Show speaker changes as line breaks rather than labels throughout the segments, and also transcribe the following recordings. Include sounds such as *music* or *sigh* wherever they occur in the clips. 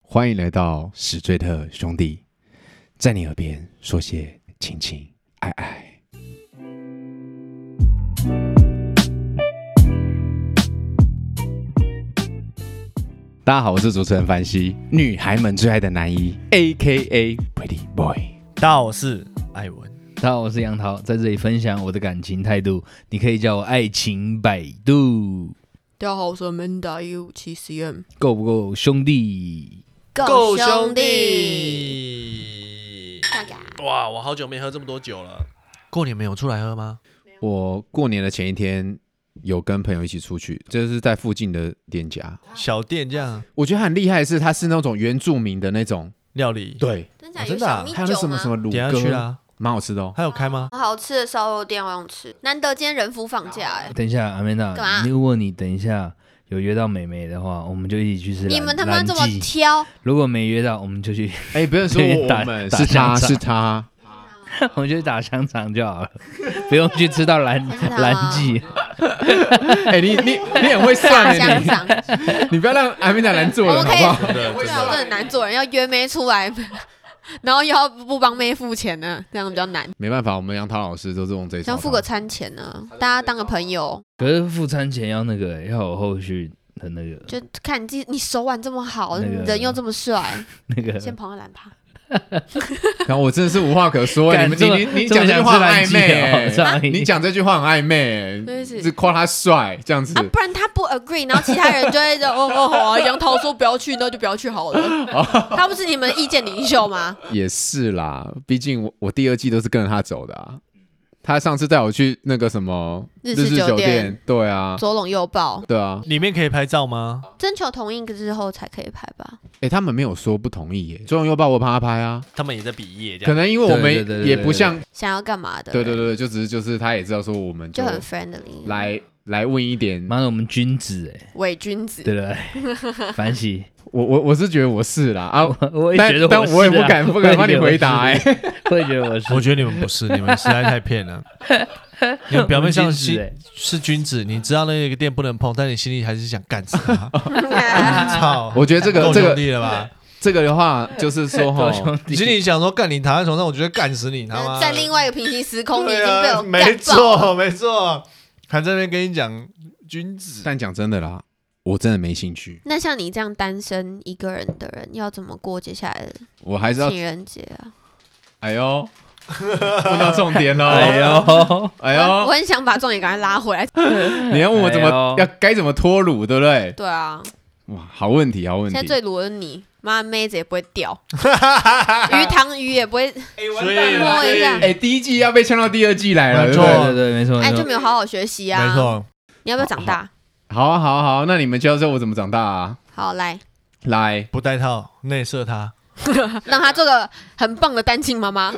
欢迎来到史最特兄弟，在你耳边说些情情爱爱。大家好，我是主持人凡西，女孩们最爱的男一，A K A Pretty Boy。
大家好，我是艾文。
大家好，我是杨桃，在这里分享我的感情态度，你可以叫我爱情百度，
大家好，我是 Amanda 一五七 CM，
够不够兄弟？
够，
弟！哇，我好久没喝这么多酒了。过年没有出来喝吗？
我过年的前一天有跟朋友一起出去，这是在附近的店家。
小店这样
我觉得他很厉害的是，他是那种原住民的那种，
料理，
对，
真
假哦真的啊有小米
还有那什么什么乳
等一下去
鸽，
啊啦。
蛮好吃的哦。
还有开吗？
好吃的烧肉店，我想吃。难得今天人夫放假哎、
等一下，阿曼
干嘛
达，如果你等一下有约到美眉的话，我们就一起去吃蓝。
你们他妈
蓝
这么
记
挑，
如果没约到，我们就去， *laughs*
哎、不要说我
打
我们
打
是他
枪战
是他，
我们就去打香肠就好了， *laughs* 不用去吃到蓝
香肠
蓝记。
哎、你你你很会算
大
哎、
香肠，
你你不要让阿米达难做
我
了，
们
好
可以
不好？
真的
对啊，我真的很难做人，要约妹出来， *laughs* 然后又要不帮妹付钱呢，这样比较难。
没办法，我们杨涛老师都是用这一招。
想付个餐钱呢，大家当个朋友，
可是付餐前要那个、要有后续的那个
就看你自己，你手腕这么好，
那个
你人又这么帅，
那个。
先捧个蓝趴。
然后我真的是无话可说，欸你们
干这么
你你你
这么
讲这句
想
话
吃
很
蓝
暧
记
昧、
哦
哎
这样
你讲这句话很暧昧、欸
对不起
是夸他帅这样子
啊，，不然他不 agree，然后其他人就会说 *laughs* 哦哦好啊，杨桃说不要去，那就不要去
*laughs*
好了。他不是你们意见领袖吗？
也是啦。毕竟我我第二季都是跟着他走的啊。他上次带我去那个什么
日式
式
酒
酒
店
店，对 *laughs* 啊，
左拥右抱，
对啊，
里面可以拍照吗？
征求同意之后才可以拍吧？
哎、他们没有说不同意耶，中文又抱我帮他拍啊，
他们也在比耶，这
可
样
能因为我们
对对对对
也不像，
想要干嘛的？
对对，对，就只是就是他也知道说我们
就很 friendly。
来来问一点，
妈的，我们君子哎、
伪君子，
*laughs*
*laughs*
对不对？反省， *laughs*
我我我是觉得我是啦啊，
我我也
但
觉得
但
我是啊、
我也不敢不敢
也
帮你
觉得我
回答
是
哎、
*laughs* 我也觉得我
*laughs*
是，啊
我觉得你们不是，你们实在太骗 *laughs* 了。你们表面上
是、
是
欸，
是君子，你知道那个店不能碰，但你心里还是想干死他。 *laughs* 操！
我觉得这个
够
这
兄
个
弟了吧？
这个的话就是
*laughs*
说
做
哈，
兄
*laughs* 你心
弟，
里想说，干你躺在床上，我觉得干死你他妈的。
在另外一个平行时空，你已经
啊对
被
啊，
我
没
干爆了。
错没错，还在那边跟你讲君
*laughs*
子，
但讲真的啦，我真的没兴趣，
那像你这样单身一个人的人，要怎么过接下来的
我还是要
情人节啊？
哎呦，问到重点喽，
哎呦，
哎
我我
呦，
很想把重点赶快拉回来。
你要问我怎么、
哎呦
要该怎么脱乳，对不对？
对啊，
哇，好问题，好问
现在
题，
最裸的你，妈妹子也不会
*laughs*
掉，鱼塘鱼也不会，
所以
摸一下
哎、第一季要被呛到第二季来了，
没
对
错
不对
对对对，没错，
哎，
没
就
错。
没有好好学习啊。
没，错，
你要不要长大？
好啊，好啊，好啊，那你们教教我怎么长大啊？
好，来
来，
不戴套内射他，
让她做个很棒的单亲妈妈。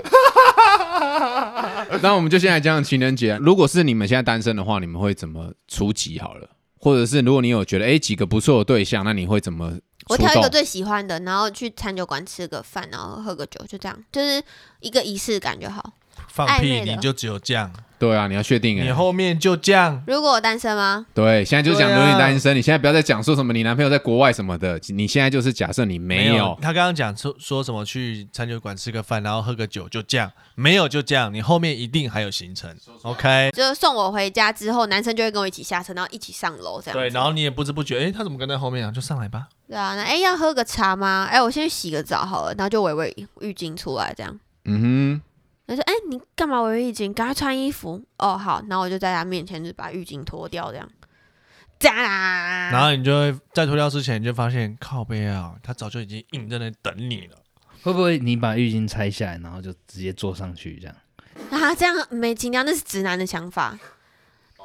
*laughs* 那我们就先来讲情人节。啊如果是你们现在单身的话，你们会怎么出击？好了，或者是如果你有觉得哎、诶几个不错的对象，那你会怎么
我
出
挑一个
动？
最喜欢的，然后去餐酒馆吃个饭，然后喝个酒，就这样，就是一个仪式感就好。
放屁
暧昧的
你就只有这样，
对啊，你要确定哎、
你后面就这样，
如果我单身吗？
对，现在就是讲
对啊
如果你单身，你现在不要再讲说什么你男朋友在国外什么的，你现在就是假设你没有。
他刚刚讲说说什么去餐酒馆吃个饭，然后喝个酒，就这样，没有就这样，你后面一定还有行程，OK。
就是送我回家之后，男生就会跟我一起下车，然后一起上楼这样。
对，然后你也不知不觉，哎，他怎么跟在后面啊？就上来吧。
对啊，那哎要喝个茶吗？哎，我先去洗个澡好了，然后就围围浴巾出来这样。
嗯
他说：“哎、你干嘛围浴巾？赶快穿衣服哦。”好，然后我就在他面前就把浴巾脱掉，这样，哒啦。
然后你就会在脱掉之前，你就发现靠背啊，他早就已经硬在那里等你了。
会不会你把浴巾拆下来，然后就直接坐上去这样？
啊，这样没情调，那是直男的想法，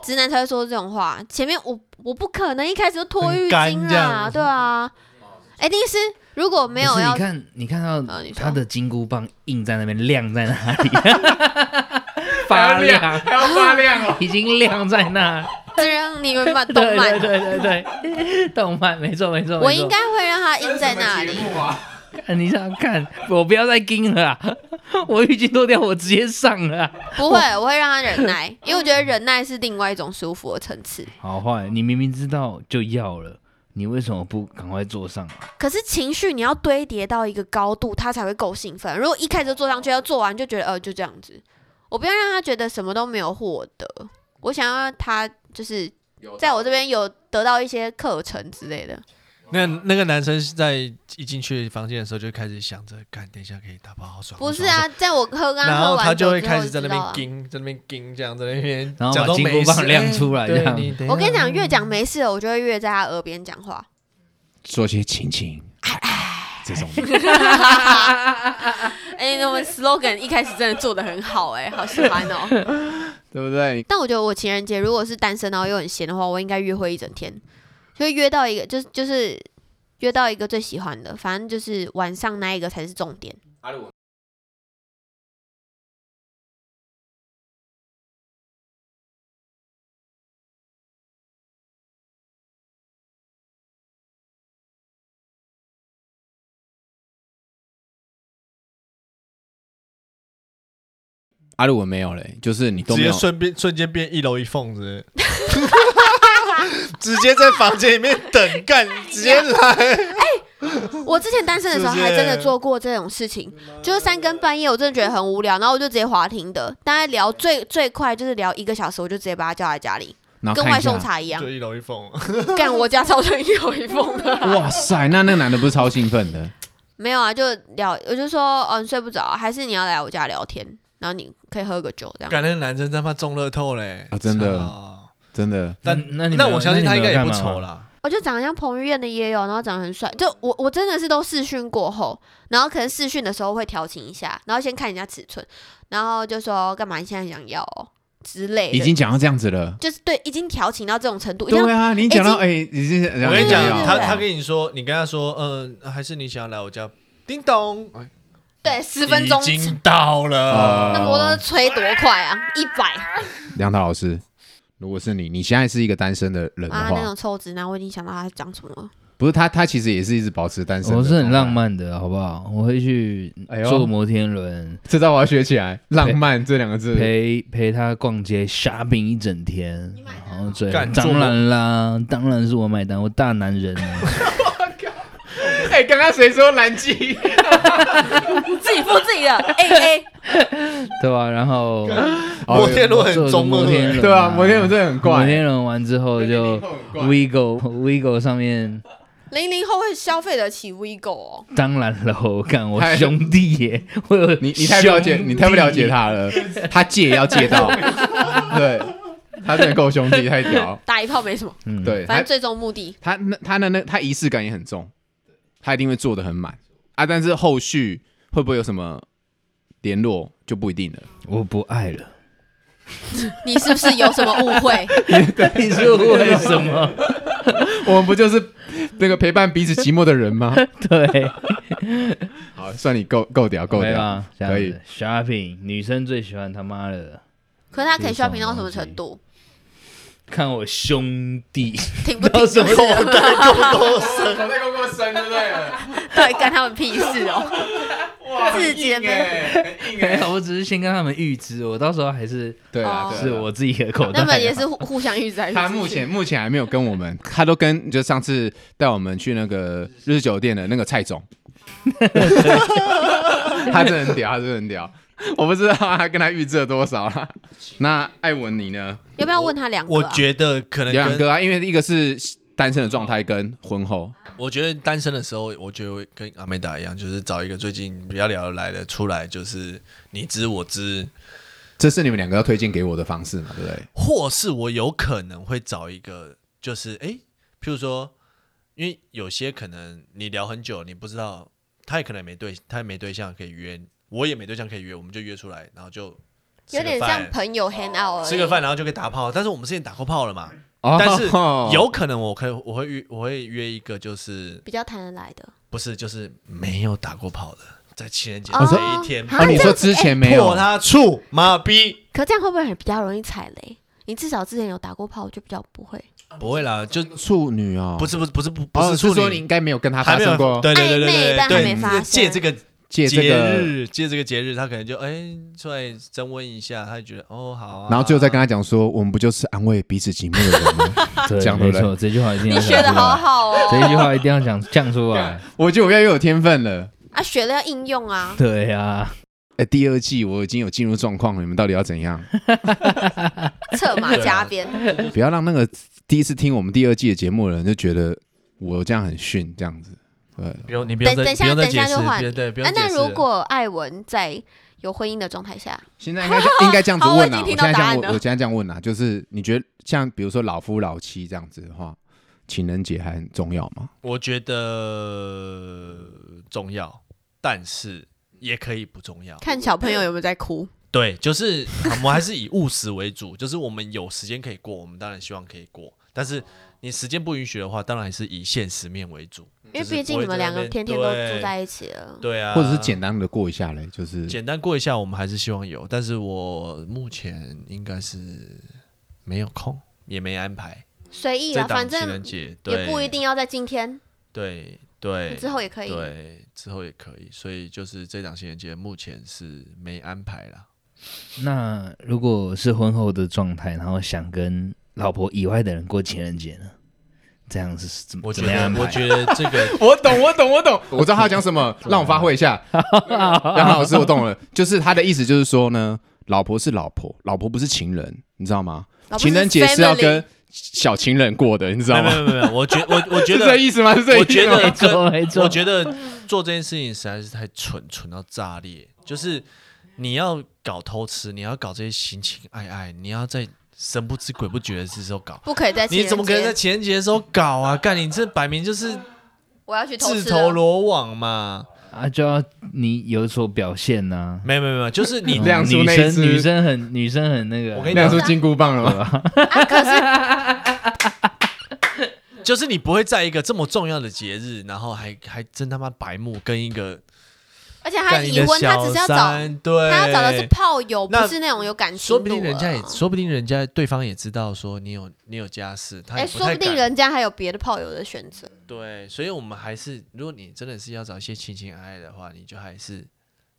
直男才会说这种话。前面我我不可能一开始就脱
很
浴
干
巾
这
啊，
样
对啊，一定是如果没有
不是
要
你看，你看
啊
到
你说
他的金箍棒硬在那边，亮在那
*laughs*
里，发亮，
还要发亮哦。
已经亮在那。
这让你们把动
*laughs* 对
漫，
对对对
*laughs*
对，动漫没错没错。
我
没错
应该会让他印在那里。
看你想想看，我不要再盯了啊！ *laughs* 我浴巾脱掉，我直接上了啊。
不会， *laughs* 我会让他忍耐，因为我觉得忍耐是另外一种舒服的层次。
好坏，你明明知道就要了，你为什么不赶快坐上啊？
可是情绪你要堆叠到一个高度，他才会够兴奋。如果一开始就坐上去，要做完就觉得呃就这样子，我不要让他觉得什么都没有获得，我想要他就是在我这边有得到一些课程之类
*laughs*
的。
那那个男生在一进去房间的时候就开始想着，干，等一下可以打包，好爽。
不是
好爽，
啊，在我喝刚
然
喝
后
完
他就
酒
会
之
开
后
始在
就
那
知道了
边盯，在那边盯，这样在那边，
然后
假
把
装
金
没
箍
事
棒亮出来，这
对，
样
你等一下
我跟你讲，越讲没事了，我就会越在他耳边讲话。
做些亲亲这种的。
嗯
*laughs* 哎、那我们 slogan 一开始真的做的很好、哎，好喜欢哦。
对不对？
但我觉得我情人节如果是单身然后又很闲的话，我应该约会一整天，就会约到一个，就是就是约到一个最喜欢的，反正就是晚上那一个才是重点。
阿鲁啊文没有嘞，就是你都
直
没
接
有，
瞬变瞬间变一楼一凤子，直接在房间里面等干，直
*laughs*
接来。
我之前单身的时候
是不
还
是
真的做过这种事情，就是三更半夜，我真的觉得很无聊，然后我就直接滑听的，大概聊最最快就是聊一个小时，我就直接把他叫来家里，
然后
跟
看
外
一下
送。茶一样
就。一楼一凤，
干我家超人有一封的。 *laughs*
哇塞，那那个男的不是超兴奋的？
没有啊，就聊，我就说，哦，你睡不着啊，还是你要来我家聊天，然后你可以喝个酒这样。
感那个男生他妈中乐透嘞
啊真的
操
真的，
那
嗯那你们
那我相信他应该也
那
不
你们有干
愁
嘛
啦。
我哦就长得像彭于晏的也有，然后长得很帅，就我我真的是都试训过后，然后可能试训的时候会调情一下，然后先看人家尺寸，然后就说干嘛你现在想要、哦、之类的，
已经讲到这样子了。
就是对已经调情到这种程度，一定
对
要
啊，你讲到哎，已经
我跟你讲
对对，对
他
对
他跟你说，你跟他说，嗯，还是你想要来我家？叮咚，
对十分钟
已，经到
呃
了。
啊
那摩托车吹多快啊，一百
梁涛老师，如果是你，你现在是一个单身的人的
啊那
话，
种臭直男，我已经想到他讲什么了。
不是他，他其实也是一直保持单身。
我是很浪，漫的，好不好？我会去
哎呦
坐摩天轮，
这招我要学起来。浪漫这两个字，
陪陪他逛街 shopping 一整天，然后最后
干
当然啦，当然是我买单，我大男人啊。
*laughs* 哎，刚刚谁说蓝记？
自己付自 *laughs* 己的 A A，
对吧、然后哦
摩天轮很
坐
中
摩天轮，
对啊，摩天轮真的很
摩
怪。
天轮完之后就 Vigo Vigo 上面，
零零后会消费得起 WeGo 哦。当
当然了，我干我
太
兄弟
*laughs*
耶，我有
你你太不了解，
兄弟
你太不了解。他 *laughs* 了。他借也要借到，对他真的够兄弟，太屌。
打一炮没什么，
嗯，
对，他
反正最终目的
他那他的那他仪式感也很重，他一定会做的很满啊。但是后续会不会有什么联络就不一定了。 *laughs*
我不爱了， *laughs*
你是不是有什么误
*laughs*
会？
你说为什么？
我们不就是那个陪伴彼此寂寞的人
*laughs*
吗？
对，
好，算你够够屌，够
对
屌。
吧？这样
可
子
以
shopping，女生最喜欢他妈的，
可是他可以 shopping 到什么程度？
看我兄弟，
挺不
到
挺
什么程
口
度？
袋够够深，对不对？
*laughs* 对，干他们屁事哦！
哇
*laughs* 自己的很硬
很硬
*laughs*
欸
没有我只是先跟他们预知，我到时候还是
对啊，对啊
是我自己的口袋。
他们也是互互相预知来预知去。
他目前目前还没有跟我们，他都跟就上次带我们去那个日酒店的那个蔡总，他真的很屌，他真的很屌，我不知道他跟他预测多少啦。那艾文你呢？
要不要问他两个啊？
我觉得可能
有两
跟
个啊，因为一个是单身的状态跟婚后，
我觉得单身的时候，我觉得会跟阿美达一样，就是找一个最近比较聊得来的出来，就是你知我知，
这是你们两个要推荐给我的方式嘛，对不对？
或是我有可能会找一个，就是诶，譬如说，因为有些可能你聊很久，你不知道他也可能没对，他也没对象可以约，我也没对象可以约，我们就约出来，然后就吃
有
个
点
饭
像朋友 hang out 而已
吃个饭，然后就可以打炮。但是我们之前打过炮了嘛，
哦
但是有可能我可以我会约我会约一个就是
比较谈得来的。
不是，就是没有打过炮的，在情人节
哦
这一天
啊
哦，你
这
说
样子
之前没有
破，他处，妈逼！
可这样会不会很比较容易踩雷？你至少之前有打过炮，就比较不会
不会
啊
啦，就
处女哦，
不是不是不是不
哦
不是处
说你
女，
应该没有跟他
还
发
没有
生过，
对对对
暧昧
对
但还
对
没
对
发生
对，借这个
借这
节
个，
日借这个节日，他可能就哎出来征温一下，他就觉得哦好、啊，
然后最后再跟他讲说，我们不就是安慰彼此寂寞的人吗？
对
讲
没
对不
错，这句话一定要
你学的
讲出
好
来，
好哦，
这句话一定要讲讲出来。
我觉得我越来越有天分了。
啊，学了要应用
*laughs*
啊。
对呀，
哎，第二季我已经有进入状况了，你们到底要怎 *laughs* 样？
策马加鞭，
不要让那个第一次听我们第二季的节目的人就觉得我这样很逊，这样子。对，
不用你不用
等等
再
一下
不用再
等一下
解释
就换
别对，不用
啊，
解
那
释
如果艾文在有婚姻的状态下，
现在应 *laughs* 该应该这样子
好我
问
已经
啊，我
听
现
到
在这
答
样
案
我
了
我现在这样问啊，就是你觉得像比如说老夫老妻这样子的话，情人节还很重要吗？
我觉得重要，但是也可以不重要。
看小朋友有没有在哭，
对，就是啊我们还是以务实为主，就是我们有时间可以过，我们当然希望可以过，但是你时间不允许的话，当然还是以现实面为主。
嗯因为
嗯就是
毕竟
不会
你们
在
两
那
个天
边
天都
对
住在一起了。
对啊，
或者是简单的过一下嘞，就是
简单过一下，我们还是希望有，但是我目前应该是没有空，也没安排。
随意
这
啦，
档
啊反
情人
正
节
也
对
不一定要在今天，
对对，
之后也可以。
对，之后也可以，所以就是这档情人节目前是没安排啦。
那如果是婚后的状态，然后想跟老婆以外的人过情人节呢？这样是怎么
我
怎
觉
么样
得
安，排？
我觉得这个
我懂，我懂，我懂， *laughs* 我知道他要讲什
*laughs*
么，让我发挥一下。杨老师，我懂了，就是他的意思就是说呢，老婆是老婆，老婆不是情人，你知道吗？
老婆
情人节是要
family
跟小情人过的，你知道
没
吗？
有没有没有，我觉 *laughs* 我我觉
*laughs* 是这
得
意思吗？是这
我
意思
觉
吗？ *laughs*
得
没错没
这
错
我觉得做这件事情实在是太蠢，蠢到炸裂。就是你要搞偷吃，你要搞这些情情爱爱，你要在神不知鬼不觉的时候搞。
不可以在情
你
人节。
怎么可能在情人节的时候搞
*laughs*
啊？干，你这摆明就是
我要去偷
自
吃
投
了
罗网嘛！
啊，就要你有所表现呐、
没有没有没有，就是你
嗯
*laughs*
亮出
女
那一
生
只
女生很女生很那个啊，
我跟你
亮出金箍棒了吗？
啊！可是
就是你不会在一个这么重要的节日，然后还还真他妈白目跟一个
而且他
干你
已
的
婚，他只
小
是要找
三，对，
他要找的是炮友，不
那
是那种有感情。啊
说不定人家也，说不定人家对方也知道说你有你有家室，他
哎、
也不
说
太
不定
敢
人家还有别的炮友的选择。
对，所以我们还是，如果你真的是要找一些情情爱爱的话，你就还是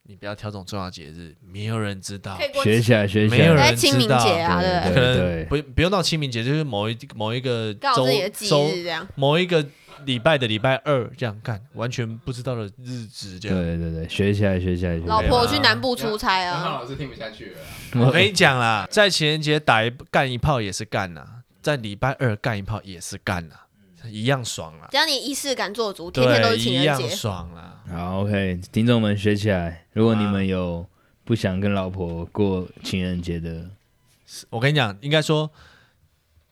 你不要挑这种重要节日，没有人知道，
学起来学起
没有
来，
在
人
清明节啊，
对
对不
可
对？
对
能不不用到清明节，就是某一某一个
刚好
周
自己的忌
周
日这样。
某一个礼拜的礼拜二这样干，完全不知道的日子这样。
对对对，学起来学起来学起
啊
老
来。
婆，我去南部出差
杨
啊，
老师听不下去了。
我跟你讲啦，在情人节打一干一炮也是干呐、在礼拜二干一炮也是干呐、一样爽啊啦、
只要你仪式感做足，天天都
对，
是情
一
人
样
节。
爽啦、
好，OK，听众们学起来。如果你们有不想跟老婆过情人节的，
我跟你讲，应该说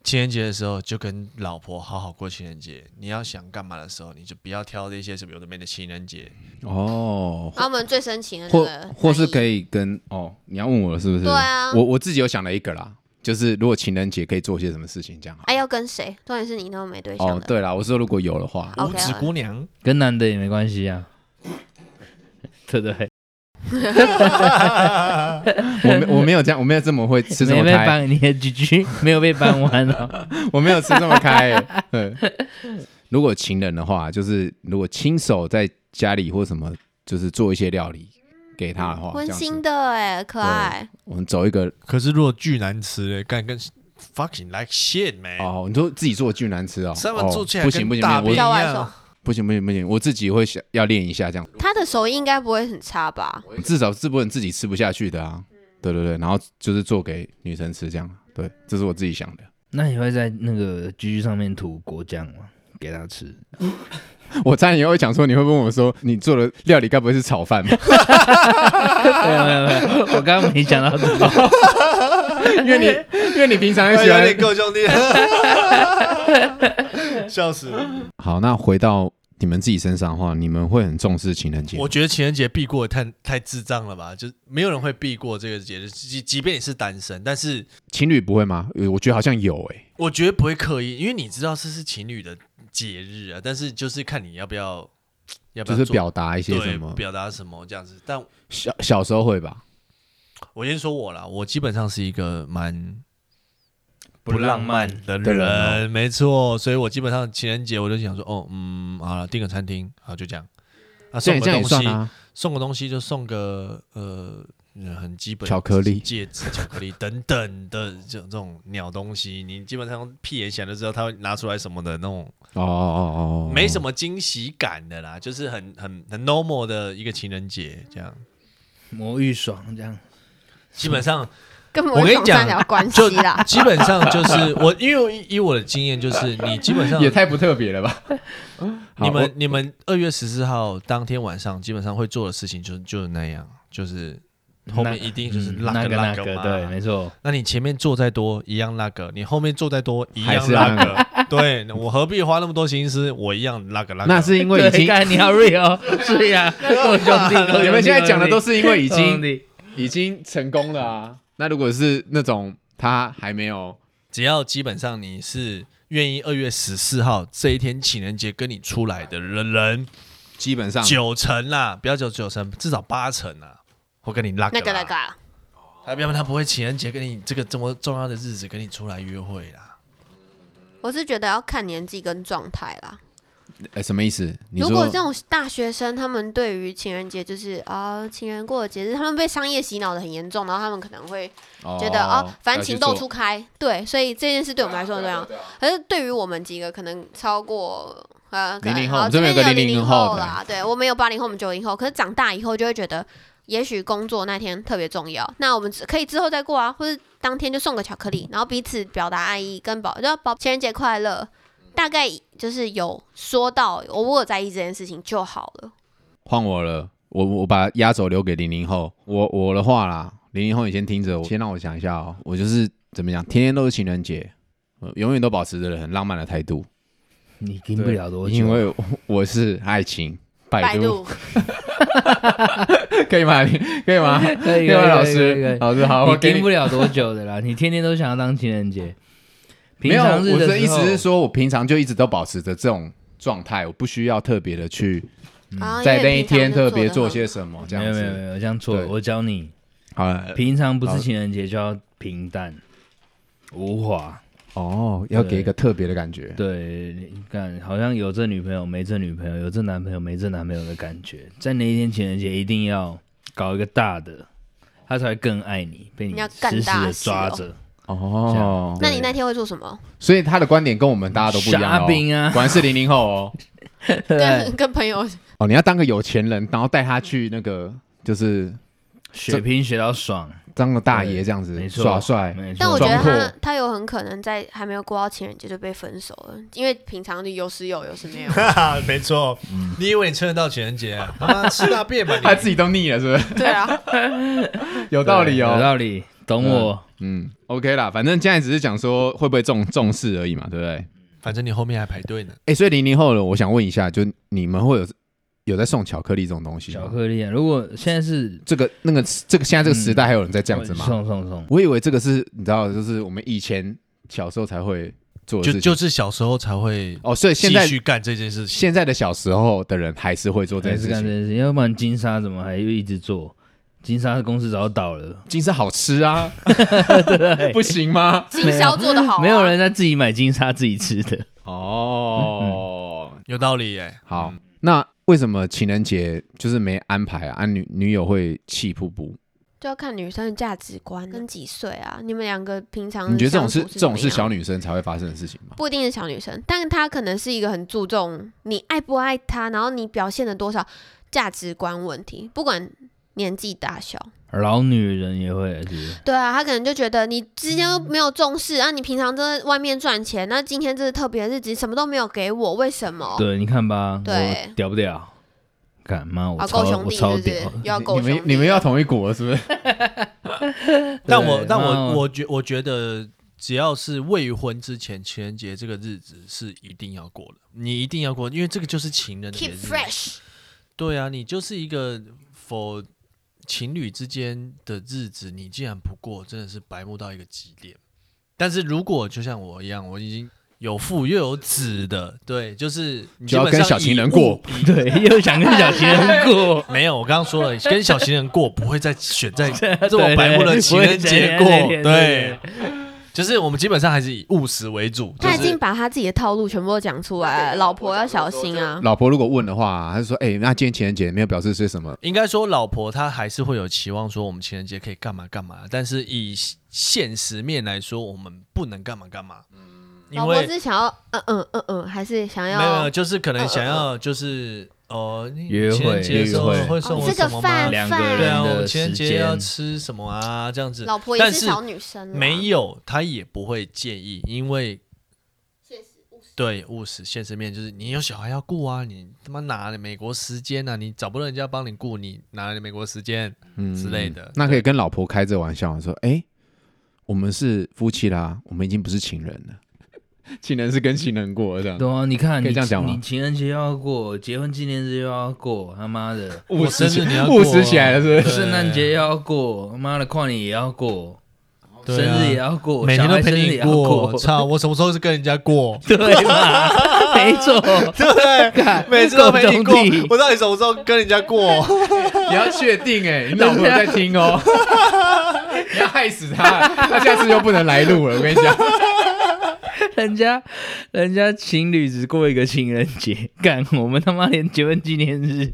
情人节的时候就跟老婆好好过情人节。你要想干嘛的时候，你就不要挑这些什么有的没的情人节。
哦，
然后我们最深情的那
或
个
或是可
以，
以跟哦，你要问我了是不是？
嗯对啊
我我自己有想了一个啦，就是如果情人节可以做些什么事情，这样好。啊
哎、要跟谁？重点是你那么没对象
哦，
的，
对啦，我说如果有的话，
五
OK
指
啊
姑娘，
跟男的也没关系啊， *laughs* 对不对？
我没我没有这样，我没有这么会吃这
没
*laughs*
么
被
开，
搬，你的居居没有被搬完啊。
我没有吃这么开、
*laughs*
欸。对，如果情人的话，就是如果亲手在家里或什么，就是做一些料理给他的话，
温馨
的。
的哎、可爱。
我们走一个
可是如果巨难吃嘞，干跟 fucking like shit man，、
哦，你说自己做巨难吃哦，
三
哦
碗做起来
不行不
跟
行
大
不
便一
行，
叫外
样。啊
我不行不行不行，我自己会想要练一下这样。
他的手艺应该不会很差吧？
至少是不能自己吃不下去的啊。对对对，然后就是做给女生吃这样。对，这是我自己想的。
*laughs*
*laughs*
那你会在那个居居上面涂果酱吗？给他吃？
我差点也会讲说，你会问我说，你做的料理该不会是炒饭吧？
没有没有没有，我刚刚没想到这个。
因为你因为你平
哎
常很喜欢。
够兄弟，笑死！
*laughs* 好，那回到你们自己身上的话，你们会很重视情人节吗？
我觉得情人节避过得太太智障了吧？就是没有人会避过这个节日，即即便你是单身，但是
情侣不会吗？呃我觉得好像有诶、
我觉得不会刻意，因为你知道这是情侣的节日啊，但是就是看你要不要，要不
就
要
是
做
表达一些
对
什么。
表达什么这样子。但
小小时候会吧，
我先说我啦，我基本上是一个蛮
不浪漫
的
的人哦
人，没错，所以我基本上情人节我就想说，哦，嗯，好了，订个餐厅，好就这样。
这
啊，送
样
个
这样
东
也算
西，
啊。
送个东西就送个呃嗯很基本
巧克力
戒指、巧克力等等的这种这种鸟东西，你基本上屁眼想就知道他会拿出来什么的那种，
哦哦哦，
没什么惊喜感的啦，就是很很很 normal 的一个情人节这样。
魔芋爽这样，
基本上
跟
我跟你
们
讲
三角关系
就。
啦
基本上 *laughs* 就是我，因为以以我的经验就是，你基
嗯
本上
*laughs* 也太不特别了
*laughs*
吧？
你
好
们你们二月十四号当天晚上基本上会做的事情就是就是那样，就是后面一定就是
嗯
拉
那
个
个
拉
那
个
个，
嘛。
对，没错，
那你前面做再多一样那个，你后面做再多一
还
样
是
那
那
个。对我何必花那么多心思？我一样那个那个。
那是因为已
对
经
干你好 real，是 *laughs*
*laughs*
呀，够兄弟，够
你们现在讲的都
是
是因为已经
弟，
已经成功了啊。那如果是那种他还没有，
只要基本上你是愿意二月十四号这一天情人节跟你出来的人，
基本上
九成啦、不要九九成，至少八成啊，会跟你拉
那个那
拉
个啊，
他要不然他不会情人节跟你这个这么重要的日子跟你出来约会啦。
我是觉得要看年纪跟状态啦。
呃什么意思？你
如果
说
这种大学生，他们对于情人节就是啊、情人过的节日，他们被商业洗脑的很严重，然后他们可能会觉得哦，反正情窦初开，对，所以这件事对我们来说很重要。可是对于我们几个可能超过呃，可能
00后我
好
们这边有
这
个
边有
00
00
后
后啦，对我们有八零后，我们九零后，可是长大以后就会觉得，也许工作那天特别重要，那我们只可以之后再过啊，或者当天就送个巧克力，然后彼此表达爱意，跟保就保情人节快乐，大概就是有说到我我有在意这件事情就好了。
换我了，我我把压轴留给零零后。我我的话啦，零零后你先听着，我先让我想一下哦。我就是怎么讲，天天都是情人节，我永远都保持着很浪漫的态度，
你听不了多久，啊
因为我我是爱情百
百
度，
度，可
*laughs* 可以吗？你可以吗？
可以
以吗？老
可以可以
师，老师好，我
你
给
听
你
不。了多久的啦，你天天都想要当情人节，平
*laughs* 没有，
常
我
日
的意
时候
思是，说，我平常就一直都保持着这种状态，我不需要特别的去
啊
嗯在
因
那
为
一
平常
天
就
特
得
别
很
做些什么这
没
样
有没有没
子。
有，这样错了，
对
我教你，
好呃了，
平常不
好
是情人节就要平淡无华，
哦，要给一个特别的感觉。
对，你看，好像有这女朋友没这女朋友，有这男朋友没这男朋友的感觉，在那一天情人节一定要搞一个大的，他才会更爱你，被
你
你
要干
死死
大
的
事
抓
哦
着。这
哦
样，
那你那天会做
*laughs*
什么？
所以他的观点跟我们大家都不一样哦。
Shopping 啊
*laughs* 果然是零零后哦。
跟跟朋友
哦，你要当个有钱人，然后带他去那个就是
血拼血到爽，
当个大爷这样子
没，错，
耍帅。
没错。
但我觉得
撞破
他他有很可能在还没有过到情人节就被分手了，因为平常就有时有，有时没
*laughs*
有。
哈哈，没错，你以为你撑得到情人节啊？他妈吃大便吧
他
你！
自己都腻了，是不是？
对啊，
有
有
道理
有
哦。
道理，懂我。
嗯，OK 啦，反正现在只是讲说会不会重重视而已嘛，对不对？
反正你后面还排队呢。
哎，所以零零后了，我想问一下，就你们会有有在送巧克力这种东西
巧
吗？
克力啊，如果现在是
这个那个这个现在这个时代还有人在这样子吗？
送送送，
我以为这个是你知道，就是我们以前小时候才会做的
就
事情。
就是小时候才会
哦，所以现
继
在
续干这件事情。
现在的小时候的人还是会做这
还
件
哎是
事
干这
情。
件事，要不然金沙怎么还一直做？金沙的公司早就倒
*laughs*
了，
金沙好吃啊，不行
*laughs*
吗？
经销做的好、啊，
没有人在自己买金沙自己吃的。
哦，
有道理耶、
好，那为什么情人节就是没安排啊？啊女女友会气噗噗？
就要看女生的价值观跟几岁啊。你们两个平常
你觉得这种
相
是
处
这种
怎么
是
样
小女生才会发生的事情吗？
不一定是小女生，但她可能是一个很注重你爱不爱她，然后你表现的多少价值观问题，不管年纪大小。
老女人也会，其实
对啊，他可能就觉得你之前都没有重视，啊，你平常都在外面赚钱，那今天这是特别的日子，什么都没有给我，为什么？
对，你看吧，
哦对
我屌不屌？干妈，我
啊，
超
够兄
我
弟是
超
不
屌
是？，又要够
你
兄弟啊
们你们 *laughs* 要同一国是不是？
但我但
妈
我我觉我觉得，只要是未婚之前情人节这个日子是一定要过的，你一定要过，因为这个就是情人节
keep
日。
fresh，
对啊，你就是一个 for 情侣之间的日子，你竟然不过，真的是白目到一个极点。但是如果就像我一样，我已经有父又有子的，对，就是
*laughs*
你
就要
基本
跟
上
小情
以
人
物，
过，
*laughs* 对，又想跟小情人
*laughs*
过 *laughs*
没有，我刚刚说了，跟小情人过不会再选在这
对
么
对
白目的情人节过，
不会在
对，就是我们基本上还是以务实为主，就
他已经
是
把他自己的套路全部都讲出来了，老婆要小心啊！
老婆如果问的话，她就说：“哎、那今天情人节没有表示是什么
应该说老婆她还是会有期望，说我们情人节可以干嘛干嘛，但是以现实面来说，我们不能干嘛干嘛，
嗯
因
老婆
为
是想要嗯嗯嗯嗯，还是想
没
要
有没有，就是可能想要就是呃你
约会
情人节的时候
约会
会送
哦
我
吃个
什么吗
饭？
两个
饭
对啊，
人
我
的
情
时
人节要
间，
吃什么啊？这样子，
老婆也
但
是
是
小女生啊啦，
没有，他也不会建议，因为
现实务实
对务实现实面就是你有小孩要顾啊，你他妈拿了美国时间啊，你找不到人家帮你顾，你拿了美国时间，？”
嗯
之类的
那可以跟老婆开这玩笑，说：“哎、我们是夫妻啦，我们已经不是情人了， *laughs* 情人是跟情人过的这样。”
对啊，你看
可以
你
这样讲吗
你情人节又要过，结婚纪念日又要过，他妈的，
务实起
我生日你要过
务
啊
实起来了， *laughs* 是不是？
圣诞节又要过，他妈的跨年也要过，哦生
对啊
日也要过，
每天
小
都
孩
陪
生日
你
也要过，
操！我什么时候是跟人家过
*laughs* ？对嘛？没错，
对不对？每次都陪你
够
过
中立，
我到底什么时候跟人家
*laughs*
过？
你要确定哎、 *laughs* 你老婆有在听哦、 *laughs* 你要害死她，她下次就不能来录了。我跟你讲，
人家人家情侣只过一个情人节，干我们他妈连结婚纪念日、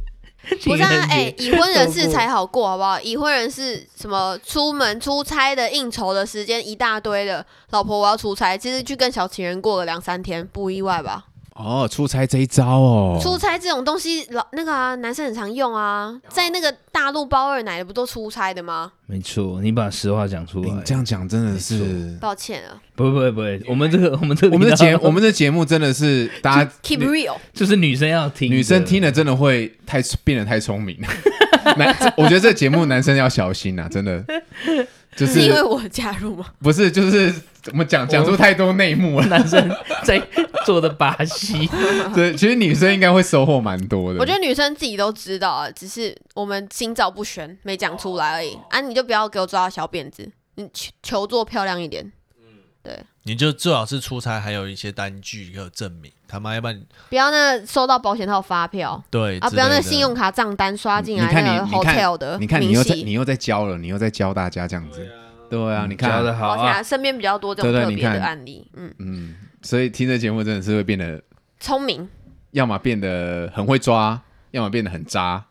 情
不是
人
啊，哎、
节
已婚人士
都过
才好过，好不好？已婚人士什么出门出差的、应酬的时间一大堆的，老婆我要出差，其实去跟小情人过个两三天，不意外吧？
*laughs* 哦，出差这一招哦，
出差这种东西，老那个啊，男生很常用啊，在那个大陆包二奶的不都出差的吗？
没错，你把实话讲出
你
来。
这样讲真的是，
抱歉啊
不不不不，我们这个我 *laughs* 们这个
我们的
频
节
道
我们的节目真的是大家
，keep real，
就是女生要听的，
女生听了真的会太变得太聪明。 *laughs* 男，这我觉得这节目男生要小心啊，真的，就是
因为
是
我加入吗？
不是就是我们讲讲出太多内幕
*laughs*
了。
男生在做的把戏，
对，其实女生应该会收获蛮多的。
我觉得女生自己都知道啊，只是我们心照不宣，没讲出来而已。
哦
啊，你就不要给我抓到小辫子，你求求做漂亮一点。
你就最好是出差，还有一些单据要证明。他妈，要不
啊
然
不要那收到保险套发票
对
啊，不要那信用
卡。
卡账单刷进
你
来
看你
那个
你看
hotel 的
你看你
明
又在
细
你又在教了，你又在教大家这样子。对啊，你
教
看，
的好
好
啊
像，身边比较多这种
对对
特
你
别
看
的案例，嗯，
嗯，所以听这节目真的是会变得，
聪明
要么变得很会抓，要么变得很渣。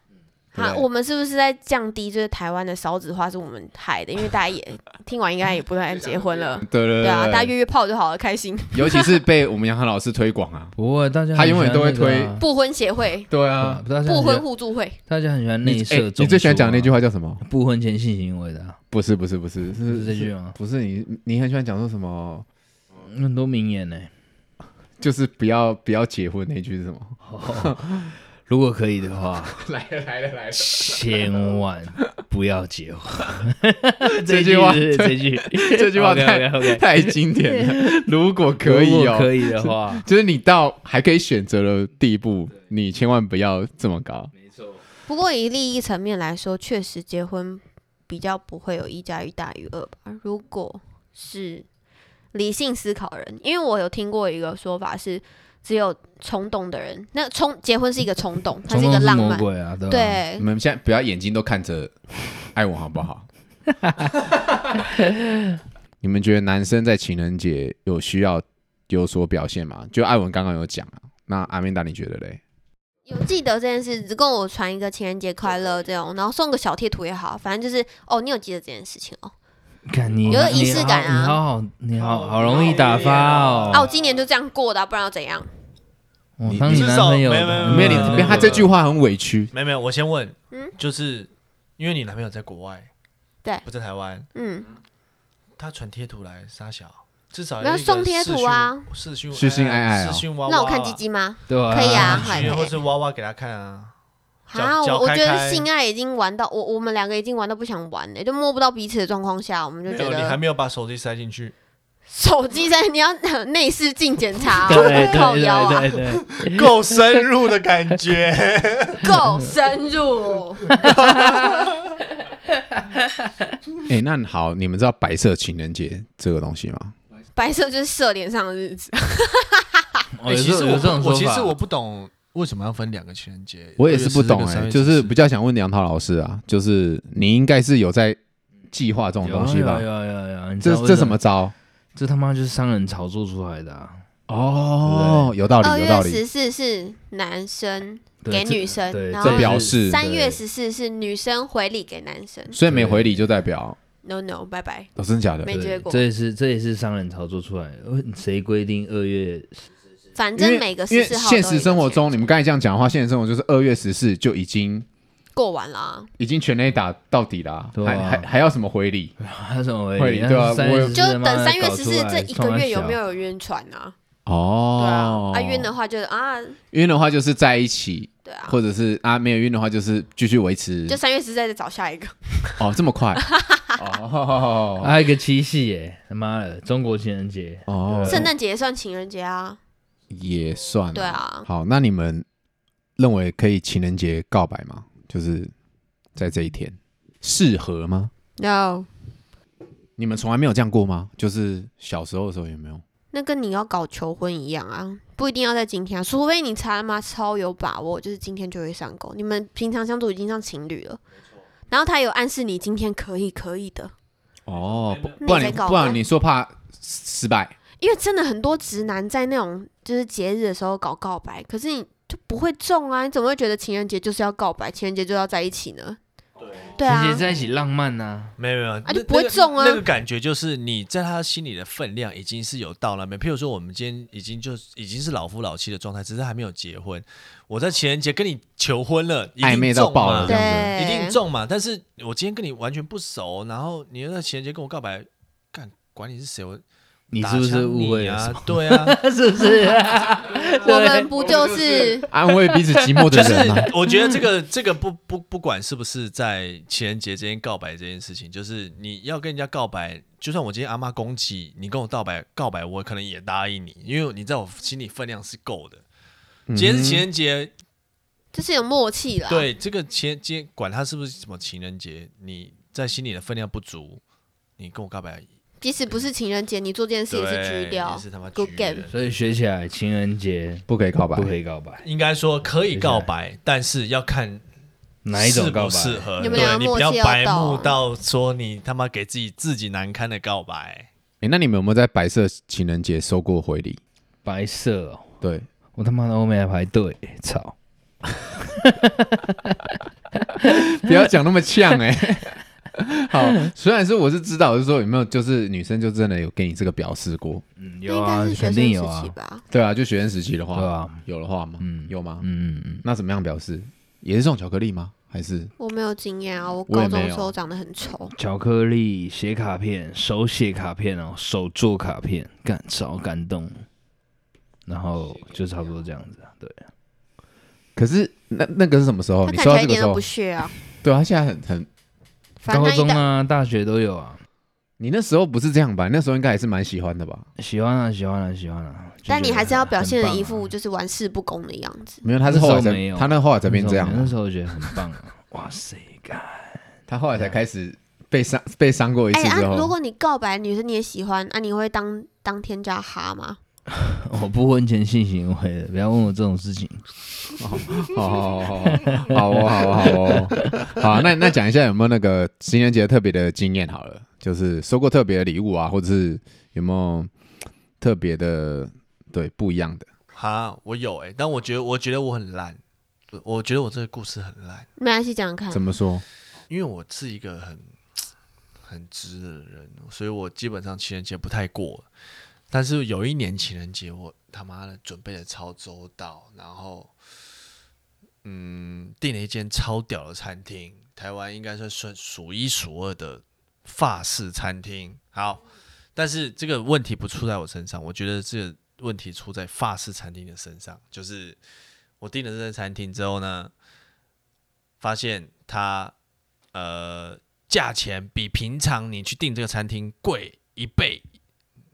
对
啊！
不对
我们是不是在降低就是台湾的少子化是我们害的？因为大家也听完应该也不太结婚了，
对 *laughs* 对
对啊，大家
对
约约 *laughs* 炮就好了，开心。
尤其是被我们杨涵老师推广啊。
不会，大家
他永远都会推
不婚协会、
对
啊，，大家很
不
喜
婚
欢
互助会，
大家很喜欢内
你
射、
哎你最喜欢讲那句
话，
话叫什么？
不婚前性行为的啊、
不是不是不是
是
是
这句啊吗？
不是你你很喜欢讲说什么？嗯
很多名言呢、
就是不要不要结婚那句是什么？
如果可以的话，
来了来了来了，
千万不要结婚。
*laughs* 这句话
是这句
*laughs* 这句话
OK
太
OK，
太经典
*laughs*
了。如果可以哦，
可以的
*laughs*
话，
就是你到还可以选择的地步，你千万不要这么高。
不过以利益层面来说，确实结婚比较不会有一加一大于二吧。如果是理性思考人，因为我有听过一个说法是，只有冲动的人，那冲结婚是一个冲动，它
冲
是一
动
个浪
魔
漫，
鬼啊，对吧？
你
对，
们现在不要眼睛都看着 *laughs* 爱我好不
*laughs*
好？你们觉得男生在情人节有需要有所表现吗？就艾文刚刚有讲啊，那阿明达你觉得嘞？
有记得这件事，只跟我传一个情人节快乐这种，然后送个小贴图也好，反正就是哦，你有记得这件事情哦。
看你
有个仪式感啊
你好好，你好好容易打发
啊，我
哦。
今年就这样过的啊、不然要怎样？
我
你
当你男朋友
至少没有
的，
没有你，
嗯
没有他这句话很委屈，
没有没有，我先问，
嗯
就是因为你男朋友在国外，
对
不在台湾，
嗯，
他传贴图来撒小，至少
没有
一个
送贴图啊
视讯，
视
视
讯
讯
爱爱哦
视讯娃娃，
那我看鸡，鸡吗？
对啊，
可以啊
视讯或是娃娃给他看啊，脚
啊，
脚
我我
开
觉得
开
性爱已经玩到我我们两个已经玩到不想玩了，就摸不到彼此的状况下，我们就
没
觉
有，你还
得
没有把手机塞进去，
手机在你要 *laughs* 内视镜检
*laughs*
查哦、
*laughs*
*laughs*
对对
靠腰啊，
对对
哎
对对，
够深入的感觉。
*laughs* 够深入。
嗯
哎、那好，你们知道白色情人节这个东西吗？
白色就是射脸上的
*laughs*
日子，
哦
欸
有
其
这
实
种有这种
我
说法。
我其实我不懂为什么要分两个情人节，
我也是不懂
2月
哎、
14
就是比较想问梁涛老师啊，就是你应该是有在计划这种
有啊
东西吧？
有有有有，你知
这
道为
这
什
什么？招？
这他妈就是商人炒作出来的啊！
哦，有道
二
理，有道
月
理。
十四是男生
对
给
这
女生，
对，
呃然
这
后
表示
三
对
月十四是女生回礼给男生。
所以没回礼就代表
No no，拜拜，
哦，真的假的？
没
对
结果
这也是这也是商人炒作出来的。呃谁规定二月？ *laughs*
反
因为
正每个
因
十
为
四号
现
都
实
有
生活
钱
中，你们刚才这样讲的话，现实生活就是二月十四就已经
过完了啊，
已经全垒打到底啦，
对啊
还还还要什么回礼？
还有什么
会
回
对啊
三
我
月
也
14
就等
他妈
三月
搞
十
出
四
来
这一
冲
哎
个月有
小
没有晕船啊？对
哦
啊，啊晕的话就是啊，
晕的话就是在一起，
对啊，
或者是啊没有晕的话就是继续维持
就。三月十四再找下一个。
哦，这么快？ *laughs* 哦
还有一个七夕耶，他妈的，中国情人节，
*laughs* 哦，
圣诞节也算情人节啊，
也算。
对。啊，
好，那你们认为可以情人节告白吗？就是在这一天适合吗？
那
你们从来没有这样过吗？就是小时候的时候有没有？
那跟你要搞求婚一样啊，不一定要在今天啊，除非你他妈超有把握，就是今天就会上钩。你们平常相处已经像情侣了，然后他有暗示你今天可以可以的，
哦，不
那
不然
你在
你
告白
不然你说怕失败
因为真的很多直男在那种就是节日的时候搞告白，可是你就不会中啊，你怎么会觉得情人节就是要告白，情人节就要在一起呢？对
情人
啊
节，在一起浪漫呐、 *laughs*
没有没有，啊
就不会中啊
那个感觉就是你在他心里的分量已经是有到那边。譬如说，我们今天已经就已经是老夫老妻的状态，只是还没有结婚。我在情人节跟你求婚了，一定
暧昧到
中
爆
嘛
了这样子。
对，
一定中嘛。但是我今天跟你完全不熟，然后你又在情人节跟我告白，干管你是谁，我
你是不
打
是
枪你
误会了什
啊
么？？
对啊，
*laughs* 是不是？
*laughs* 我
欸
们不就是
安慰彼此寂寞的
就是
*laughs* 人啊。
我觉得这个这个不不不管是不是在情人节之间告白这件事情，就是你要跟人家告白，就算我今天阿妈攻击你跟我告白告白，我可能也答应你，因为你在我心里分量是够的。
嗯
嗯
今天是情人节，
就是有默契啦。，
对这个情人今天管他是不是什么情人节，你在心里的分量不足，你跟我告白
即使不是情人节，你做这件事也是
对
拘掉
也。是他妈
Good
拘
game
的
*laughs* 所以学起来，情人节
不可以告白
不，可以告白，
应该说可以告白，但是要看
哪一种告白？
适不适合，
你们
对
俩
你
默
不
契
要
要
白
到
目
啊
到说你他妈给自己自己难堪的告白。
诶那你们有没有在白色情人节收过回礼？
白色哦，
对，
我他妈的后面还排队，操！
不要讲那么呛哎、 *laughs* 好，虽然说我是知道，我是说有没有就是女生就真的有给你这个表示过？
嗯，
那
有
应该
啊
是，学
肯
生
定
时
有啊
期，吧？
对啊，就学生时期的话，
对啊，
有的话吗？嗯
嗯，
有吗？
嗯嗯嗯，
那怎么样表示？也是送巧克力吗？还是
我没有经验啊，我
我也
高中
没
的
有
时候长得很丑，
巧克力、写卡片、手写卡片哦，手做卡片，感超感动。然后就差不多这样子啊，对。
可是那那个是什么时候？
他
哦你
看
收
起
到这
来
个
一点
时
都
候
不，屑啊。
对啊，现在很很，
反正
高
那一
中
档
啊、大学都有啊，
你那时候不是这样吧？你那时候应该还是蛮喜欢的吧？
喜欢啊，喜欢啊，喜欢啊。就
但
觉
你
得
还是要
很
表现的
棒
一
啊
副就是玩世不恭的样子。
没有，他是后来
那时候没
才
有
他那后来才变这样
那
啊，
时候我觉得很棒啊，哇塞，干！ *laughs*
他后来才开始被伤被伤过一次
哎
之
啊，如
后，
果你告白女生你也喜欢，啊，你会当当天叫她哈吗？
我不婚前性行为的，不要问我这种事情。
好好好好好哦好哦好哦，好啊那那讲一下有没有那个情人节特别的经验好了，就是收过特别的礼物啊，或者是有没有特别的对不一样的？
哈，我有哎、但我觉得我觉得我很烂，我觉得我这个故事很烂，
没关系，讲讲看
怎。么说？
因为我是一个很很直的人，所以我基本上情人节不太过。但是有一年情人节，我他妈的准备的超周到，然后嗯，订了一间超屌的餐厅，台湾应该算算数一数二的法式餐厅。好，但是这个问题不出在我身上，我觉得这个问题出在法式餐厅的身上。就是我订了这间餐厅之后呢，发现它呃价钱比平常你去订这个餐厅贵一倍，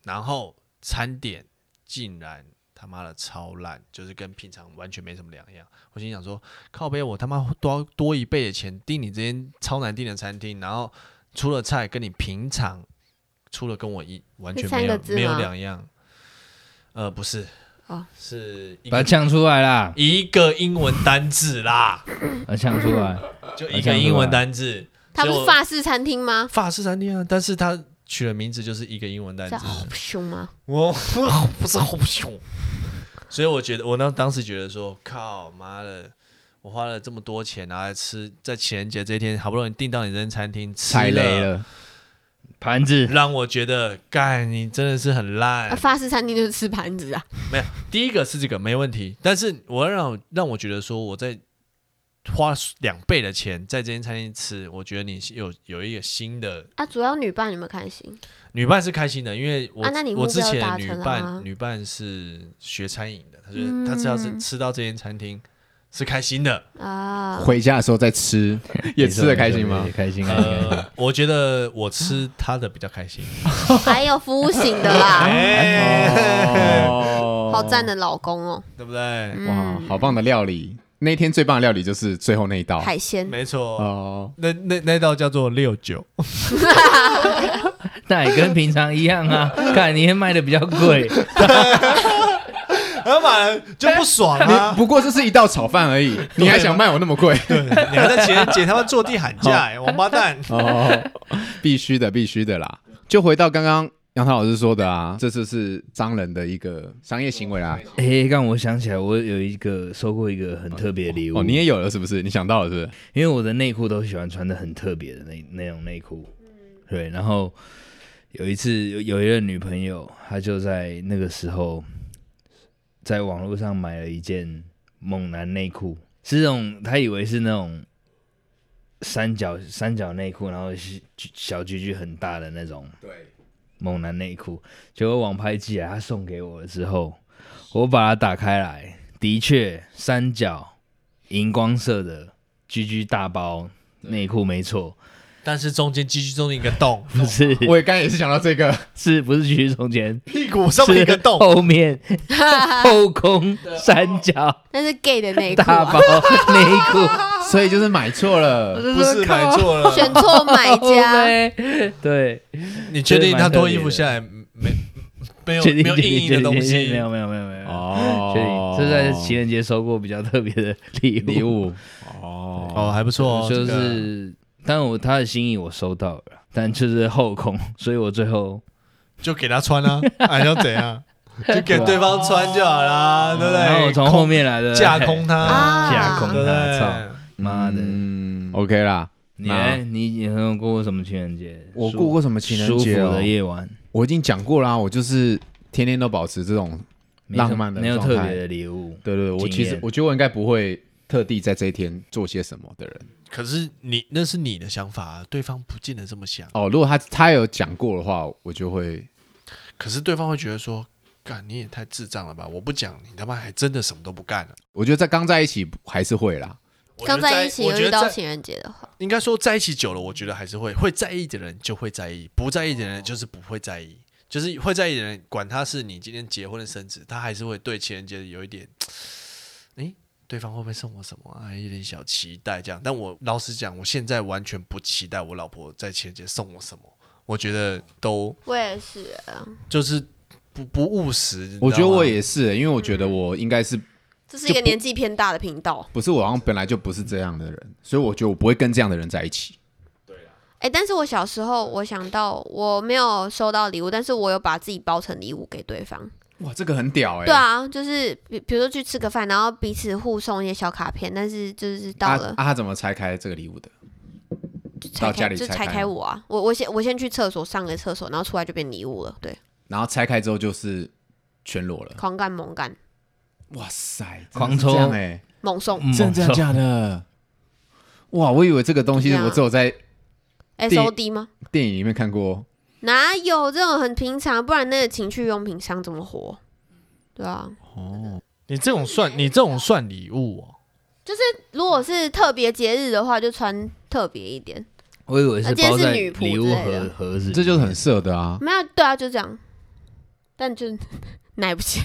然后餐点竟然他妈的超烂，就是跟平常完全没什么两样。我心想说，靠背我他妈多多一倍的钱订你这间超难订的餐厅，然后出了菜跟你平常出了跟我一完全
是三
没有
个字
没有
吗
两样。呃，不是，
哦
是一
把它
个
呛出来啦，
一个英文单字啦，
把它呛出来。
就一个英文单字。
他不
所以
是
我
法式餐厅吗？
法式餐厅啊，但是它取的名字就是一个英文单
在
词，
好凶吗？
我我不是好凶，所以我觉得我当当时觉得说，靠妈的，我花了这么多钱拿来吃，在情人节这一天好不容易订到你这间餐厅，吃
踩雷
了，
了，
盘子
让我觉得干你真的是很烂
啊，。法式餐厅就是吃盘子啊，
没有，第一个是这个没问题，但是我要让我让我觉得说我在花两倍的钱在这间餐厅吃，我觉得你是有有一个新的
啊，主要女伴有没有开心？
女伴是开心的，因为我、
啊那你目
我之
标
前
达
女
成了吗
伴女伴是学餐饮的，她就是、她
嗯
只要是吃到这间餐厅是开心的。
啊，
回家的时候再吃， *laughs* 也吃的开心吗
也？
*laughs*
开心啊！
呃，我觉得我吃她的比较开心。
还有服务型的
*laughs*
啦，
哎，
哦
好赞的老公哦，
*laughs* 对不对？
哇，好棒的料理！那一天最棒的料理就是最后那一道
海鲜 *laughs*
没 *laughs* 错，
哦，
那那那道叫做六九， *laughs*
那也跟平常一样 *laughs* 啊，看你也卖的比较 *laughs* 贵，
老板就啊不爽
你
啊！
不过这是一道炒饭而已，你还想卖我那么贵？
你还在姐姐他们坐地喊价，哎王八蛋！
哦， *laughs* 必须的，必须的啦。就回到刚刚杨涛老师说的啊，这就是商人的一个商业行为啊啦。
哎、让我想起来，我有一个收过一个很特别的礼物。
哦，你也有了是不是？你想到了是不是？
因为我的内裤都喜欢穿的很特别的那那种内裤，对。然后有一次有有一个女朋友，她就在那个时候在网络上买了一件猛男内裤，是那种她以为是那种三角三角内裤，然后是小橘橘很大的那种，对，猛男内裤。结果网拍寄来，她送给我了之后，我把它打开来，的确三角荧光色的。GG 大包内裤没错，
但是中间继续中间一个洞，
*laughs* 不是
我也刚才也是想到这
*laughs*
个，
是不是 GG 中间，
屁股上面
是
一个洞，
后面后空三角
那是 gay 的
*laughs*
内裤
大
啊，
包内裤，
所以就是买错
*laughs*
了。
不是买错了。
选错买家，
对对，
你确定他脱衣服下来没没有
确定
没有
确定
硬硬的东
确定没
西？
有没有没有没有，确
哦
定这是在情人节收过比较特别的礼物，
礼物哦，
哦，还不错哦，
就
这个
是，但我他的心意我收到了，但就是后空，所以我最后
就给他
*laughs*
穿啊，还要怎样？就给对方穿就好啦，对不对？
哦然后我从后面来的
空架空他，
啊
架空
对不
他，
对？
操妈的！
嗯，OK 啦。
你
那
呢你你有过过什么情人节？
我
舒
过过什么情人节
舒服
哦？
的夜晚，
我已经讲过啦，我就是天天都保持这种，
没什么
浪漫的
没有
状
特
态
别的礼物。
对对对，我
经
其实
验
我觉得我应该不会特地在这一天做些什么的人。
可是你那是你的想法啊，对方不见得这么想。
哦，如果他他有讲过的话，我就会
可是对方会觉得说，干你也太智障了吧！我不讲，你他妈还真的什么都不干了。
我觉得在刚在一起还是会啦。
我觉
刚
得
在一起
我
有
觉
遇
得
到
在
情人节的话，
应该说在一起久了，我觉得还是会会在意的人就会在意，不在意的人就是不会在意，就是会在意的人，管他是你今天结婚的生子，他还是会对情人节有一点，诶，对方会不会送我什么啊？有点小期待这样。但我老实讲，我现在完全不期待我老婆在情人节送我什么，我觉得都
我也是啊，
就是不不务实。你知道吗
啊
我觉得我也是、欸因为我觉得我应该是
这是一个年纪偏大的频道，
不是我好像本来就不是这样的人，所以我觉得我不会跟这样的人在一起。
哎，但是我小时候我想到我没有收到礼物，但是我有把自己包成礼物给对方。
哇，这个很屌哎、
对啊，就是比比如说去吃个饭，然后彼此互送一些小卡片，但是就是
啊，
到了、
啊，他怎么拆开这个礼物的？
就
到
拆
家
开
里
就
拆
拆
开
开
吗
我啊，我我先我先去厕所上个厕所，然后出来就变礼物了，对，
然后拆开之后就是全裸了。
狂干猛干
哇塞，
狂抽嗯
哎、
猛送，
欸，真的假的假的？哇，我以为这个东西
怎么样
我只有在
S O D 吗？
电影里面看过。
哪有这种很平常？不然那个情趣用品商怎么活？对啊，
你这种算你这种算礼物哦，
如果是特别节日的话，就穿特别一点。
我以为是
啊今天
包
是
在
女仆
礼物
之类
盒
的
盒子里面，
这就是很色的啊！
没有，对啊，就这样。但就 *laughs* 奶不起，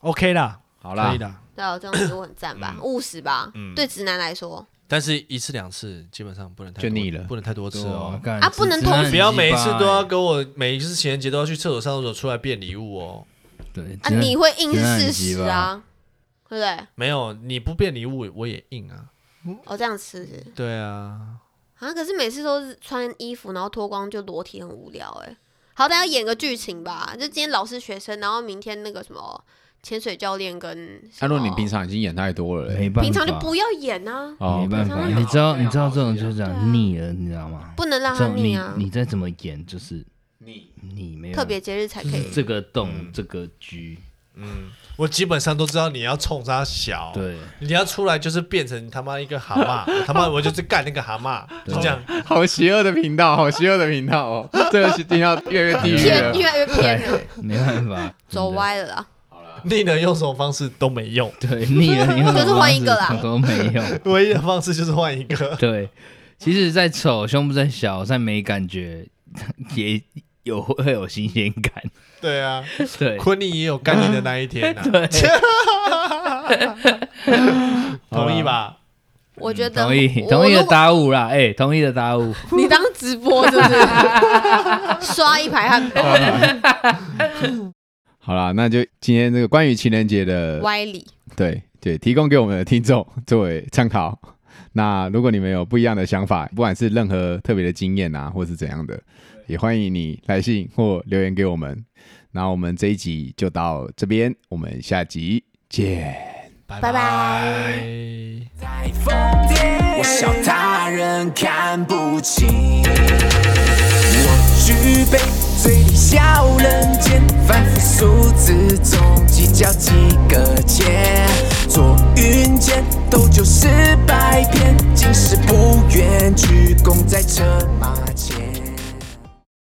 ，OK 啦，
好
好
啦
可以，啦。
对啊，这种礼物很赞吧，务实吧，
嗯
对直男来说。
但是一次两次基本上不能太
就
多
腻了
不能太多次
对
哦
啊。干
啊不能同时
你 *laughs* 不要每一次
欸
都
哎
要跟我，每一次情人节都要去厕所、上厕所出来变礼物哦。
对
啊，你会硬
直男
是
很
事
鸡
实
巴
啊，对不对？哦
没有，你不变礼物我也硬啊。
我这样吃，
对啊，
啊，可是每次都是穿衣服然后脱光就裸体，很无聊哎、好歹要演个剧情吧，就今天老师学生，然后明天那个什么潜水教练跟什
安
么……
若你平常已经演太多了、欸
没，办法，
平常就不要演啊，
哦
没办法，
平常就
你知道
好
你知道这种
对啊
就是这
对
样
啊
腻了，你知道吗？
不能让
这
他
种
腻
你
啊。
你再怎么演，就是
你
你没有
特别节日才可
就
以
是，这个洞
嗯
这个局，
嗯，我基本上都知道你要冲他
哦
小，，
对，
你要出来就是变成他妈一个蛤蟆， *laughs* 我他妈我就是干那个蛤蟆，就这样。
好邪恶的频道，好邪恶的频道哦，这个是定要越来越
嗯
地狱
偏
了。
*laughs* 越来越偏了，
没办法，
走歪了啦。
你能用什么方式都没用，
真的，对，腻了，因为
*laughs* 就是换一个啦
都没用，
唯一的方式就是换一个。
对，其实再丑，胸部再小，再没感觉，也有会有新鲜感，
*laughs* 对啊，
对，
昆凌也有干你的那一天呐、 *laughs* 啊，同意吧？
我觉
嗯
得
同意，
我
同意的
如果
打五啦，哎，同意的打五，
你当直播是不是？ *laughs* 刷一
*laughs*
排汉堡
好啦，那就今天这个关于情人节的
歪理，
对对，提供给我们的听众 *laughs* 作为参考。那如果你们有不一样的想法，不管是任何特别的经验啊，或是怎样的，也欢迎你来信或留言给我们。那我们这一集就到这边，我们下集见。
拜
拜
拜
我笑他人看不清。我举杯，嘴里笑人间，反复数字中计较几个钱，做云间，斗酒诗